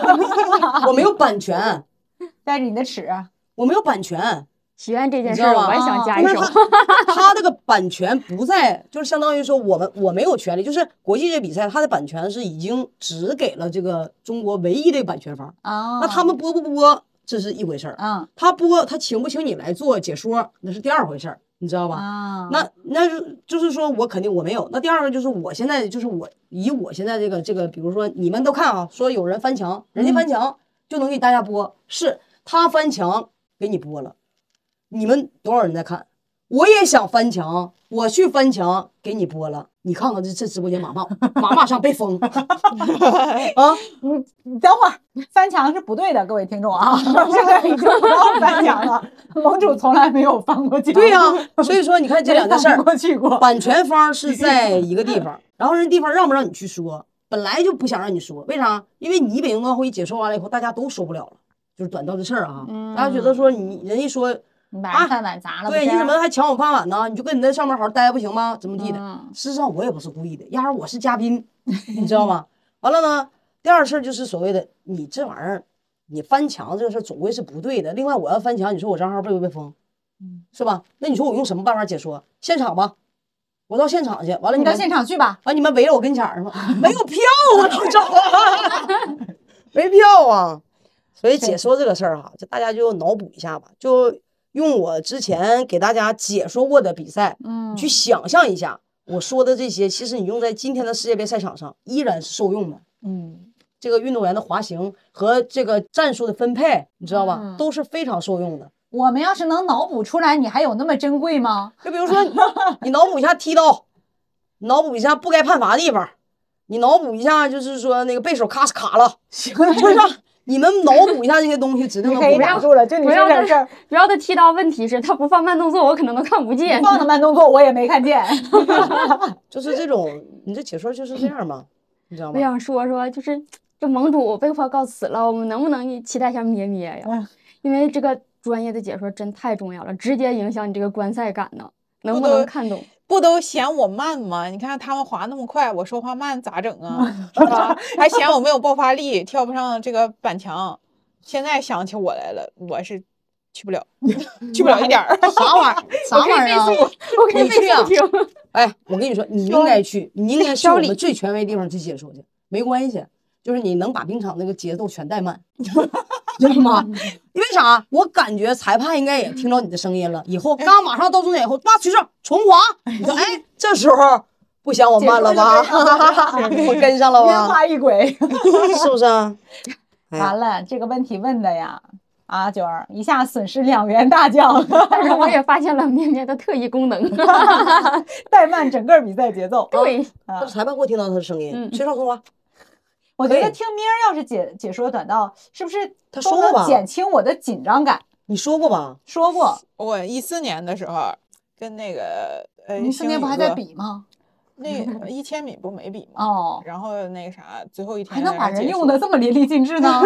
D: 我没有版权，
F: 带着你的尺，啊
D: 我没有版权。
G: 许愿这件
D: 你
G: 事
D: 知道
G: 儿，我
D: 吗
G: 还想加一
D: 不是
G: 首。
D: 他，他这个版权不在，就是相当于说我们我没有权利，就是国际这比赛，他的版权是已经只给了这个中国唯一的版权方。
F: 啊，
D: 那他们播不播，这是一回事儿。
F: 嗯
D: 他播，他请不请你来做解说，那是第二回事儿，你知道吧？
F: 啊，
D: 那那是就是说我肯定我没有。那第二个就是我现在就是我以我现在这个这个，比如说你们都看啊，说有人翻墙，人家翻墙就能给大家播，是他翻墙给你播了，你们多少人在看？我也想翻墙，我去翻墙给你播了，你看看这这直播间马上马马上被封 啊！
F: 你你等会儿，翻墙是不对的，各位听众啊， 这个已经不要翻墙了。盟主从来没有翻过墙，
D: 对呀、所以说你看这两件 事儿
F: 没翻，过去过。
D: 版权方是在一个地 方，然后人地方让不让你去说，本来就不想让你说，为啥？因为你北京奥运会解说完了以后，大家都受不了了，就是短道这事儿啊，大家觉得说你人一说，
F: 你把
D: 啊
F: 人饭碗砸了，
D: 对，
F: 嗯不
D: 你
F: 是
D: 怎么还抢我饭碗呢？你就跟你在上面好好待不行吗？怎么地的？
F: 嗯
D: 事实上我也不是故意的，压根儿我是嘉宾， 你知道吗？完了呢，第二事儿就是所谓的你这玩意儿，你翻墙这个事儿总归是不对的。另外我要翻墙，你说我账号被不被封，
F: 嗯
D: 是吧？那你说我用什么办法解说？现场吧，我到现场去，完了
F: 你
D: 你
F: 到
D: 们
F: 现场去吧，
D: 完、你们围着我跟前儿吗？ 没有票啊，你知道吗？啊 没票啊，所以解说这个事儿哈，就大家就脑补一下吧，就用我之前给大家解说过的比赛，
F: 嗯
D: 你去想象一下我说的这些，其实你用在今天的世界杯赛场上依然是受用的。
F: 嗯，
D: 这个运动员的滑行和这个战术的分配，你知道吧，
F: 嗯
D: 都是非常受用的。
F: 我们要是能脑补出来，你还有那么珍贵 吗？
D: 就比如说， 你脑补一下踢刀，你脑补一下不该判罚的地方，你脑补一下就是说那个背手咔嚓卡了， 就是让你们脑补一下这些东西，指定能
E: 可以
D: 补
E: 打
D: 上。
E: 住了，就你
G: 不
E: 这
G: 要
E: 两事
G: 他
E: 儿，，
G: 不要他踢到问题是他不放慢动作，我可能都看不见。
F: 放的慢动作我也没看 见，
D: 就是这种，你这解说就是这样嘛，你知道
G: 我
D: 吗？
G: 想说说，就是这盟主被迫告辞了，我们能不能一期待一下咩咩呀
E: 嗯？
G: 因为这个专业的解说真太重要了，直接影响你这个观赛感呢，能
E: 不
G: 不能
E: 得
G: 看懂？
E: 不都嫌我慢吗？你看他们滑那么快，我说话慢咋整啊？是吧？还嫌我没有爆发力，跳不上这个板墙。现在想起我来了，我是去不了，去不了一点儿。
D: 啥 玩意儿？啥
G: 我可以
D: 玩意
G: 倍
D: 儿啊？
G: 速，我可以
D: 你
G: 倍
D: 这
G: 速听。
D: 哎，我跟你说，你应该去，你应该去我们最权威地方去解说去，没关系，就是你能把冰场那个节奏全带慢，知道吗？因为啥？我感觉裁判应该也听到你的声音了，以后刚马上到终点以后，叭，锤上重滑，你说，哎，这时候不嫌我慢了吧？我跟上了
F: 天
D: 吧？
F: 花一鬼。
D: 是不是啊？哎
F: 完了，这个问题问的呀，阿九儿一下损失两元大 奖，
G: 但是我也发现了咩咩的特异功能。
F: 怠慢整个比赛节奏。
G: 对，
F: 啊
D: 但是裁判会听到他的声音，
G: 嗯
D: 吹哨重滑，
F: 我觉
D: 可
F: 得
D: 以
F: 听咩儿要是解解说短道，是不是
D: 他
F: 都能
D: 说过吧
F: 减轻我的紧张感？
D: 你说过吧？
F: 说过，
E: 我一四年的时候跟那个呃，
F: 你今
E: 星
F: 年不
E: 宇
F: 还在
E: 哥？
F: 比吗？
E: 那呃一千米不没比吗？
F: 哦，
E: 然后那个啥，最后一天
F: 还能
E: 在那
F: 把
E: 儿
F: 人
E: 解
F: 用
E: 说
F: 的这么淋漓尽致呢？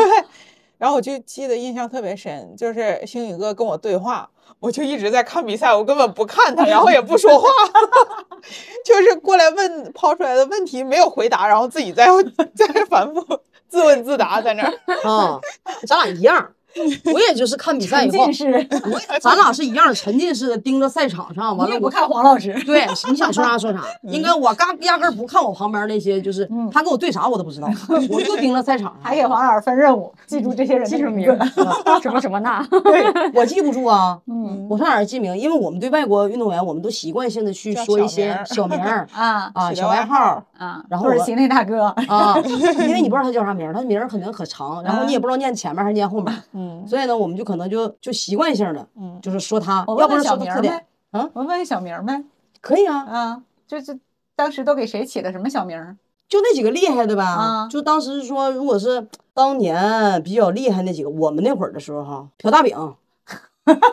E: 然后我就记得印象特别深，就是星宇哥跟我对话，我就一直在看比赛，我根本不看他，然后也不说话， 就是过来问抛出来的问题没有回答，然后自己在在反复自问自答，在那 儿。
D: 啊，咱俩一样，我也就是看比赛
F: 沉
D: 以后
F: 浸。式，
D: 我咱俩是一样沉浸式的盯着赛场上，完
F: 哎你
D: 了
F: 也
D: 我
F: 不看黄老师。
D: 对，你想说啥 说啥。应该我嘎压根儿不看我旁边那些，就是
F: 嗯
D: 他跟我对啥我都不 知道，我就盯着赛场
F: 还
D: 上。
F: 给黄老师分任务，记住这些人的
G: 记住名
F: 名字。
G: 儿，什么什么那，
D: 我记不住啊，
F: 嗯
D: 我上哪儿记名？因为我们对外国运动员，我们都习惯性的去
E: 叫
D: 说一
E: 小名
D: 些
E: 儿
D: 小名 儿
F: 啊
D: 啊、
E: 起
D: 小
E: 个
D: 外
E: 外
D: 号
E: 号
D: 儿
F: 啊，
D: 然后
F: 或者
D: 我
F: 行李大哥，
D: 啊，因为你 不知道他叫啥名儿，他名儿可能可长，然后
F: 嗯
D: 你也不知道念前面还是念后面儿，
E: 嗯
D: 所以呢，我们就可能就就习惯性的
E: 嗯，
D: 就是说他
F: 我，问
D: 要不
F: 问
D: 是
F: 小
D: 说他
F: 名
D: 特
F: 儿
D: 点，
F: 呗，
D: 嗯
F: 我问问小名儿呗，
D: 可以啊，
F: 啊，就是当时都给谁起的什么小名儿？
D: 就那几个厉害的呗，
F: 啊
D: 就当时说，如果是当年比较厉害那几个，我们那会儿的时候哈，朴大饼，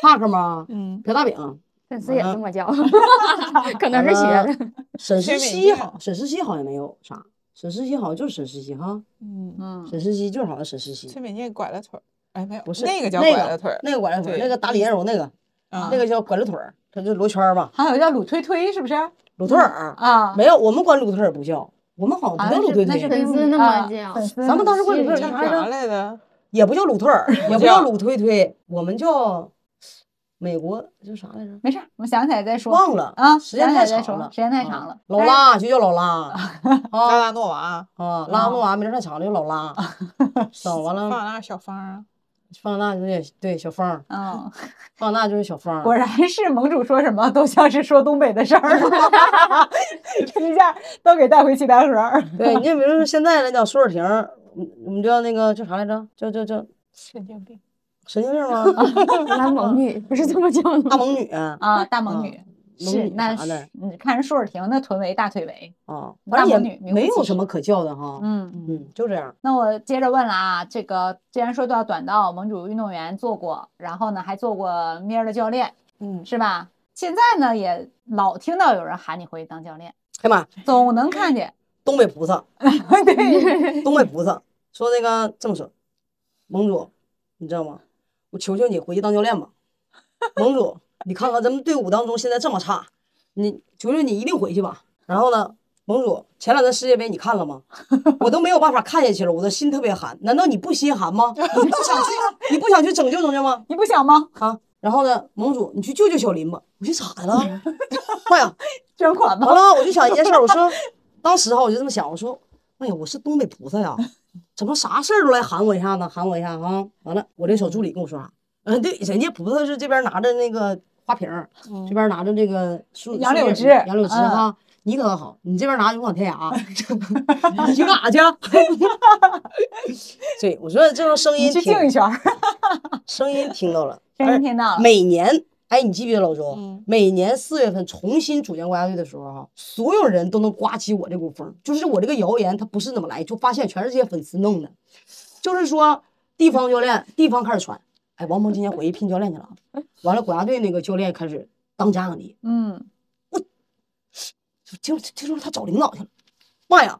D: 帕克吗？
E: 嗯，
D: 朴大饼，
G: 粉丝也这么叫，可能是学的。
D: 沈
E: 薛
D: 石溪
E: 美静
D: 好，沈石溪好像没有啥，沈石溪好像就是沈石溪哈，
E: 嗯，
F: 嗯，
D: 沈石溪就是好像沈石溪，
E: 崔美静拐了腿儿，哎，没有，
D: 不是
E: 那个叫
D: 那
E: 拐
D: 个
E: 了腿儿，
D: 那个拐了腿儿，
E: 对
D: 那个打李彦柔那个，
E: 啊
D: 那个叫拐了腿儿，他就罗圈儿吧，
F: 还有叫鲁推推是不是？
D: 鲁
E: 嗯
D: 特尔，
F: 啊，
D: 没有，我们管鲁特尔不叫，我们好像
F: 啊
D: 不叫鲁
F: 是
D: 推
F: 那是
D: 推，
F: 跟
G: 粉丝那
F: 啊
G: 么叫
F: 粉丝
D: 咱们当时管鲁特尔
E: 叫
D: 叫啥来
E: 啥
D: 着？
E: 来的？
D: 也不叫鲁特尔，也不叫
E: 叫
D: 鲁推推，我们叫美国叫啥来着？
F: 没事儿，我们想起来再说。
D: 忘了
F: 啊，
D: 时间
F: 想起来
D: 太
F: 再
D: 长
F: 说
D: 了，啊
F: 时间太长了。
D: 老拉就叫 老拉
E: 拉
D: 啊
E: 拉诺娃，
D: 啊，拉不完名儿太长了，就老 拉。整完
E: 放
D: 了，
E: 那小芳啊，
D: 放大就是对小芳，
F: 嗯，
D: 放大就是小芳。
F: 果然是盟主说什么都像是说东北的事儿， 一下都给带回去当时。
D: 对，你就比如说现在来讲，苏尔婷儿，我们我们叫那个叫啥来着？叫叫叫
E: 神经病，
D: 神 经病吗？
G: 男蒙女不是这么叫的吗？
D: 大萌女啊，
F: 啊，大
D: 啊
F: 萌女
D: 萌
F: 是
D: 女
F: 那
D: 啥的啊
F: 是你看人舒尔婷那臀围大腿围，
D: 反正
F: 大
D: 也
F: 萌女名副
D: 没有
F: 其
D: 什么
F: 实
D: 可叫的哈。
F: 嗯，
D: 嗯，就这样。
F: 那我接着问了啊，这个既然说到短道，盟主运动员做过，然后呢还做过米尔的教练，
E: 嗯，
F: 是吧？现在呢也老听到有人喊你回去当教练，
D: 哎妈，
F: 总能看见。
D: 东北菩萨，
F: 对，
D: 东北菩萨说那个这么说，盟主，你知道吗？我求求你回去当教练吧，盟主，你看看咱们队伍当中现在这么差，你求求你一定回去吧。然后呢，盟主，前两天世界杯你看了吗？我都没有办法看下去了，我的心特别寒。难道你不心寒吗？你不想去，你不想去拯救拯救吗？
F: 你不想吗？
D: 啊，然后呢，盟主，你去救救小林吧。我寻思咋的了？哎呀，
F: 捐款吧
D: 完。了，我就想一件事儿，我说，当时哈，我就这么想，我说，哎呀，我是东北菩萨呀，怎么啥事儿都来喊我一下呢？喊我一下啊！完了，我这小助理跟我说啥？嗯，对，人家菩萨是这边拿着那个花瓶儿，这边拿着这个树
F: 嗯杨
D: 树叶
F: 柳
D: 儿
F: 枝
D: 杨柳枝
F: 嗯
D: 哈。你可好，你这边拿勇闯 天涯，你去干啥 去？对，我说这种声
F: 你
D: 音
F: 去
D: 听，
F: 敬一圈儿，
D: 声音听到了，
F: 真是听到了。
D: 每年，哎，你记不记得老周？
E: 嗯
D: 每年四月份重新组建国家队的时候哈、所有人都能刮起我这股风，就是我这个谣言它不是怎么来，就发现全是这些粉丝弄的，就是说地方教练，地方开始传，哎，王蒙今年回去聘教练去了啊，完了国家队那个教练开始当家长里，
F: 嗯，
D: 听听说他找领导去了，妈呀！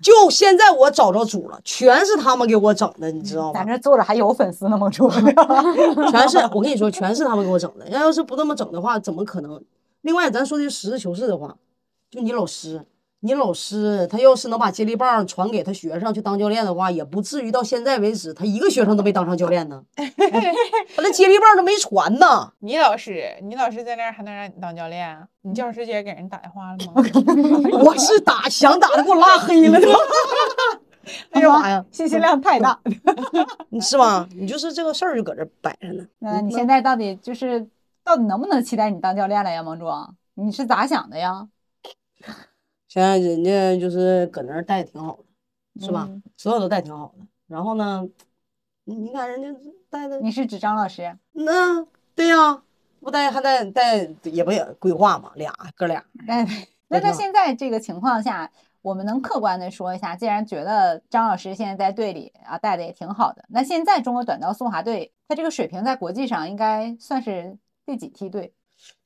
D: 就现在我找着主了，全是他们给我整的，你知道吗
F: 咱？这坐着还有粉丝呢，盟 主。
D: 全是我跟你说，全是他们给我整的。要是不这么整的话，怎么可能？另外，咱说句实事求是的话，就你老师，你老师他要是能把接力棒传给他学生去当教练的话，也不至于到现在为止，他一个学生都没当上教练呢。他那接力棒都没传呢。
E: 你老师，你老师在那儿还能让你当教练啊？你教师节给人打电话了 吗？
D: 我是打想打的，给我拉黑了都。 哎呀妈 呀，嗯
F: 信息量太大。
D: 你是吧？你就是这个事儿就搁这摆着呢。
F: 那你现在到底就是到底能不能期待你当教练了呀，盟主？你是咋想的呀？
D: 现在人家就是搁那儿带的挺好的，是吧？
F: 嗯
D: 所有都带挺好的。然后呢，你你看人家带的
F: 你是指张老师？
D: 那对呀、不带还带带也不也规划嘛，俩哥俩。
F: 那 那那
D: 挺好
F: 现在这个情况下，我们能客观的说一下，既然觉得张老师现在在队里啊带的也挺好的，那现在中国短道速滑队，他这个水平在国际上应该算是第几梯队？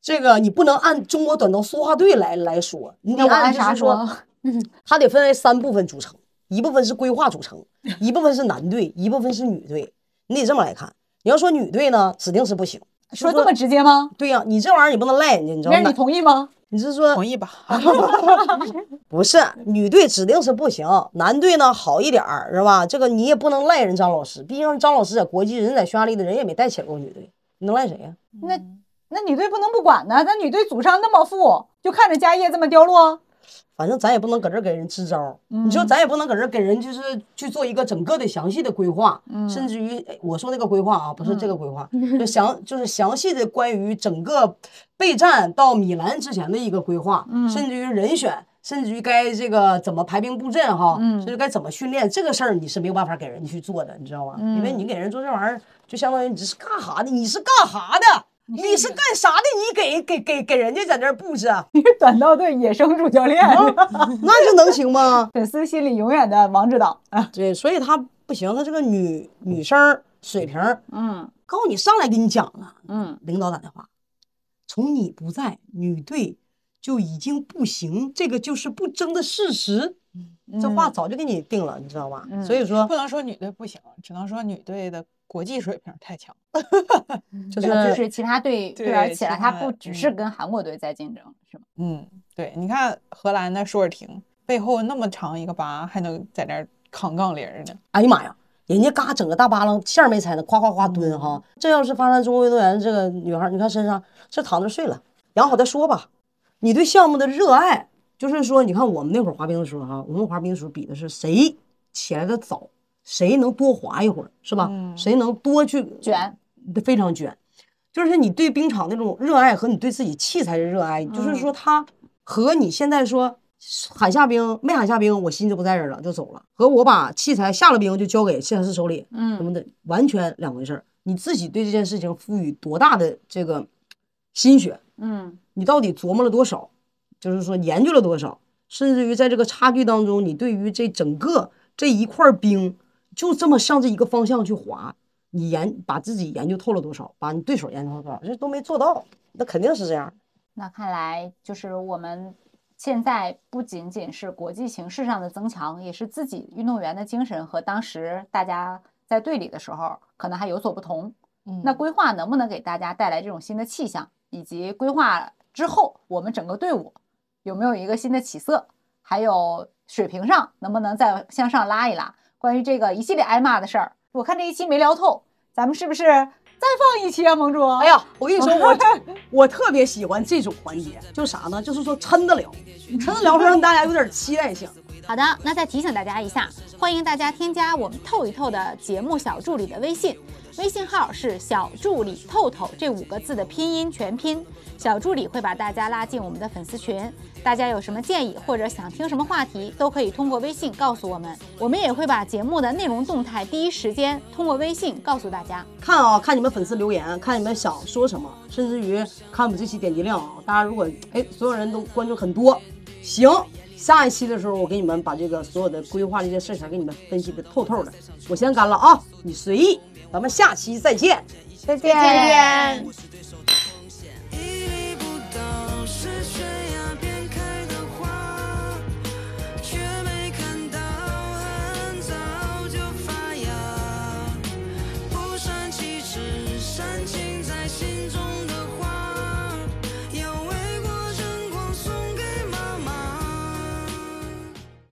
D: 这个你不能按中国短道速滑队来来说，你
F: 那我按
D: 按就
F: 啥
D: 是说？ 它得分为三部分组成，一部分是规划组成，一部分是男队，一部分是女队。你得这么来看。你要说女队呢，指定是不行。
F: 说这么直接吗？
D: 对呀、你这玩意儿你不能赖人家，你知道
F: 那
D: 吗？
F: 你同意吗？
D: 你是说
E: 同意 吧？
D: 不是女队指定是不行，男队呢好一点儿是吧？这个你也不能赖人张老师，毕竟张老师在国际人在匈牙利的人也没带起来过女队，你能赖谁呀、
F: 那那女队不能不管呢？咱女队祖上那么富，就看着家业这么凋落，
D: 反正咱也不能搁这儿给人支招儿，你说咱也不能搁这儿给人就是去做一个整个的详细的规划，甚至于哎我说那个规划啊，不是这个规划，就详就是详细的关于整个备战到米兰之前的一个规划，甚至于人选，甚至于该这个怎么排兵布阵哈，
F: 嗯
D: 甚至该怎么训练，这个事儿你是没有办法给人去做的，你知道吗？因为你给人做这玩意儿，就相当于你是干哈的？你是干哈的？你是干啥的？你给给给给人家在这儿布置啊，
F: 你是短道队野生主教练，
D: 那就能行吗？
F: 粉丝心里永远的王指导。
D: 对，所以她不行，她这个女女生儿水平儿，
F: 嗯
D: 告诉你上来给你讲了，
F: 嗯，
D: 领导打电话，从你不在，女队就已经不行，这个就是不争的事实。
F: 嗯
D: 这话早就给你定了，你知道吧？所以说
E: 不能说女队不行，只能说女队的国际水平太强。
D: 就
F: 就是是其他队队
E: 对
F: 员起来，
E: 其
F: 他
E: 他
F: 不只是
E: 嗯
F: 跟韩国队在竞争，是吗？
E: 嗯，对，你看荷兰的舒尔廷背后那么长一个疤，还能在那儿扛杠铃儿呢。
D: 哎呀妈呀，人家嘎整个大巴郎线儿没踩呢，夸夸夸蹲哈。这要是发生中国运动员这个女孩儿，你看身上这躺着睡了，养好再说吧。你对项目的热爱，就是说，你看我们那会儿滑冰的时候哈、我们滑冰的时候比的是谁起来的早，谁能多滑一会儿，是吧？
E: 嗯
D: 谁能多去
F: 卷，
D: 非常卷。就是你对冰场那种热爱和你对自己器材的热爱，就是说
F: 嗯
D: 它和你现在说喊下冰没喊下冰，我心就不在这儿了就走了，和我把器材下了冰就交给器材师手里，
F: 嗯
D: 什么的完全两回事儿。你自己对这件事情赋予多大的这个心血，
F: 嗯
D: 你到底琢磨了多少，就是说研究了多少，甚至于在这个差距当中，你对于这整个这一块冰就这么向这一个方向去滑，你研把自己研究透了多少，把你对手研究透了多少，这都没做到，那肯定是这样。
F: 那看来就是我们现在不仅仅是国际形势上的增强，也是自己运动员的精神和当时大家在队里的时候可能还有所不同。那规划能不能给大家带来这种新的气象，以及规划之后我们整个队伍有没有一个新的起色，还有水平上能不能再向上拉一拉？关于这个一系列挨骂的事儿，我看这一期没聊透，咱们是不是再放一期啊，盟主？
D: 哎呀，我跟你说，我我特别喜欢这种环节，就是啥呢？就是说抻得了，抻得了会让大家有点期待性。
F: 好的，那再提醒大家一下，欢迎大家添加我们透一透的节目小助理的微信，微信号是小助理透透这五个字的拼音全拼。小助理会把大家拉进我们的粉丝群，大家有什么建议或者想听什么话题，都可以通过微信告诉我们，我们也会把节目的内容动态第一时间通过微信告诉大家。
D: 看啊，看你们粉丝留言，看你们想说什么，甚至于看我们这期点击量啊，大家如果哎所有人都关注很多，行，下一期的时候我给你们把这个所有的规划这些事情给你们分析的透透的。我先干了啊，你随意，咱们下期再见。
F: 再见。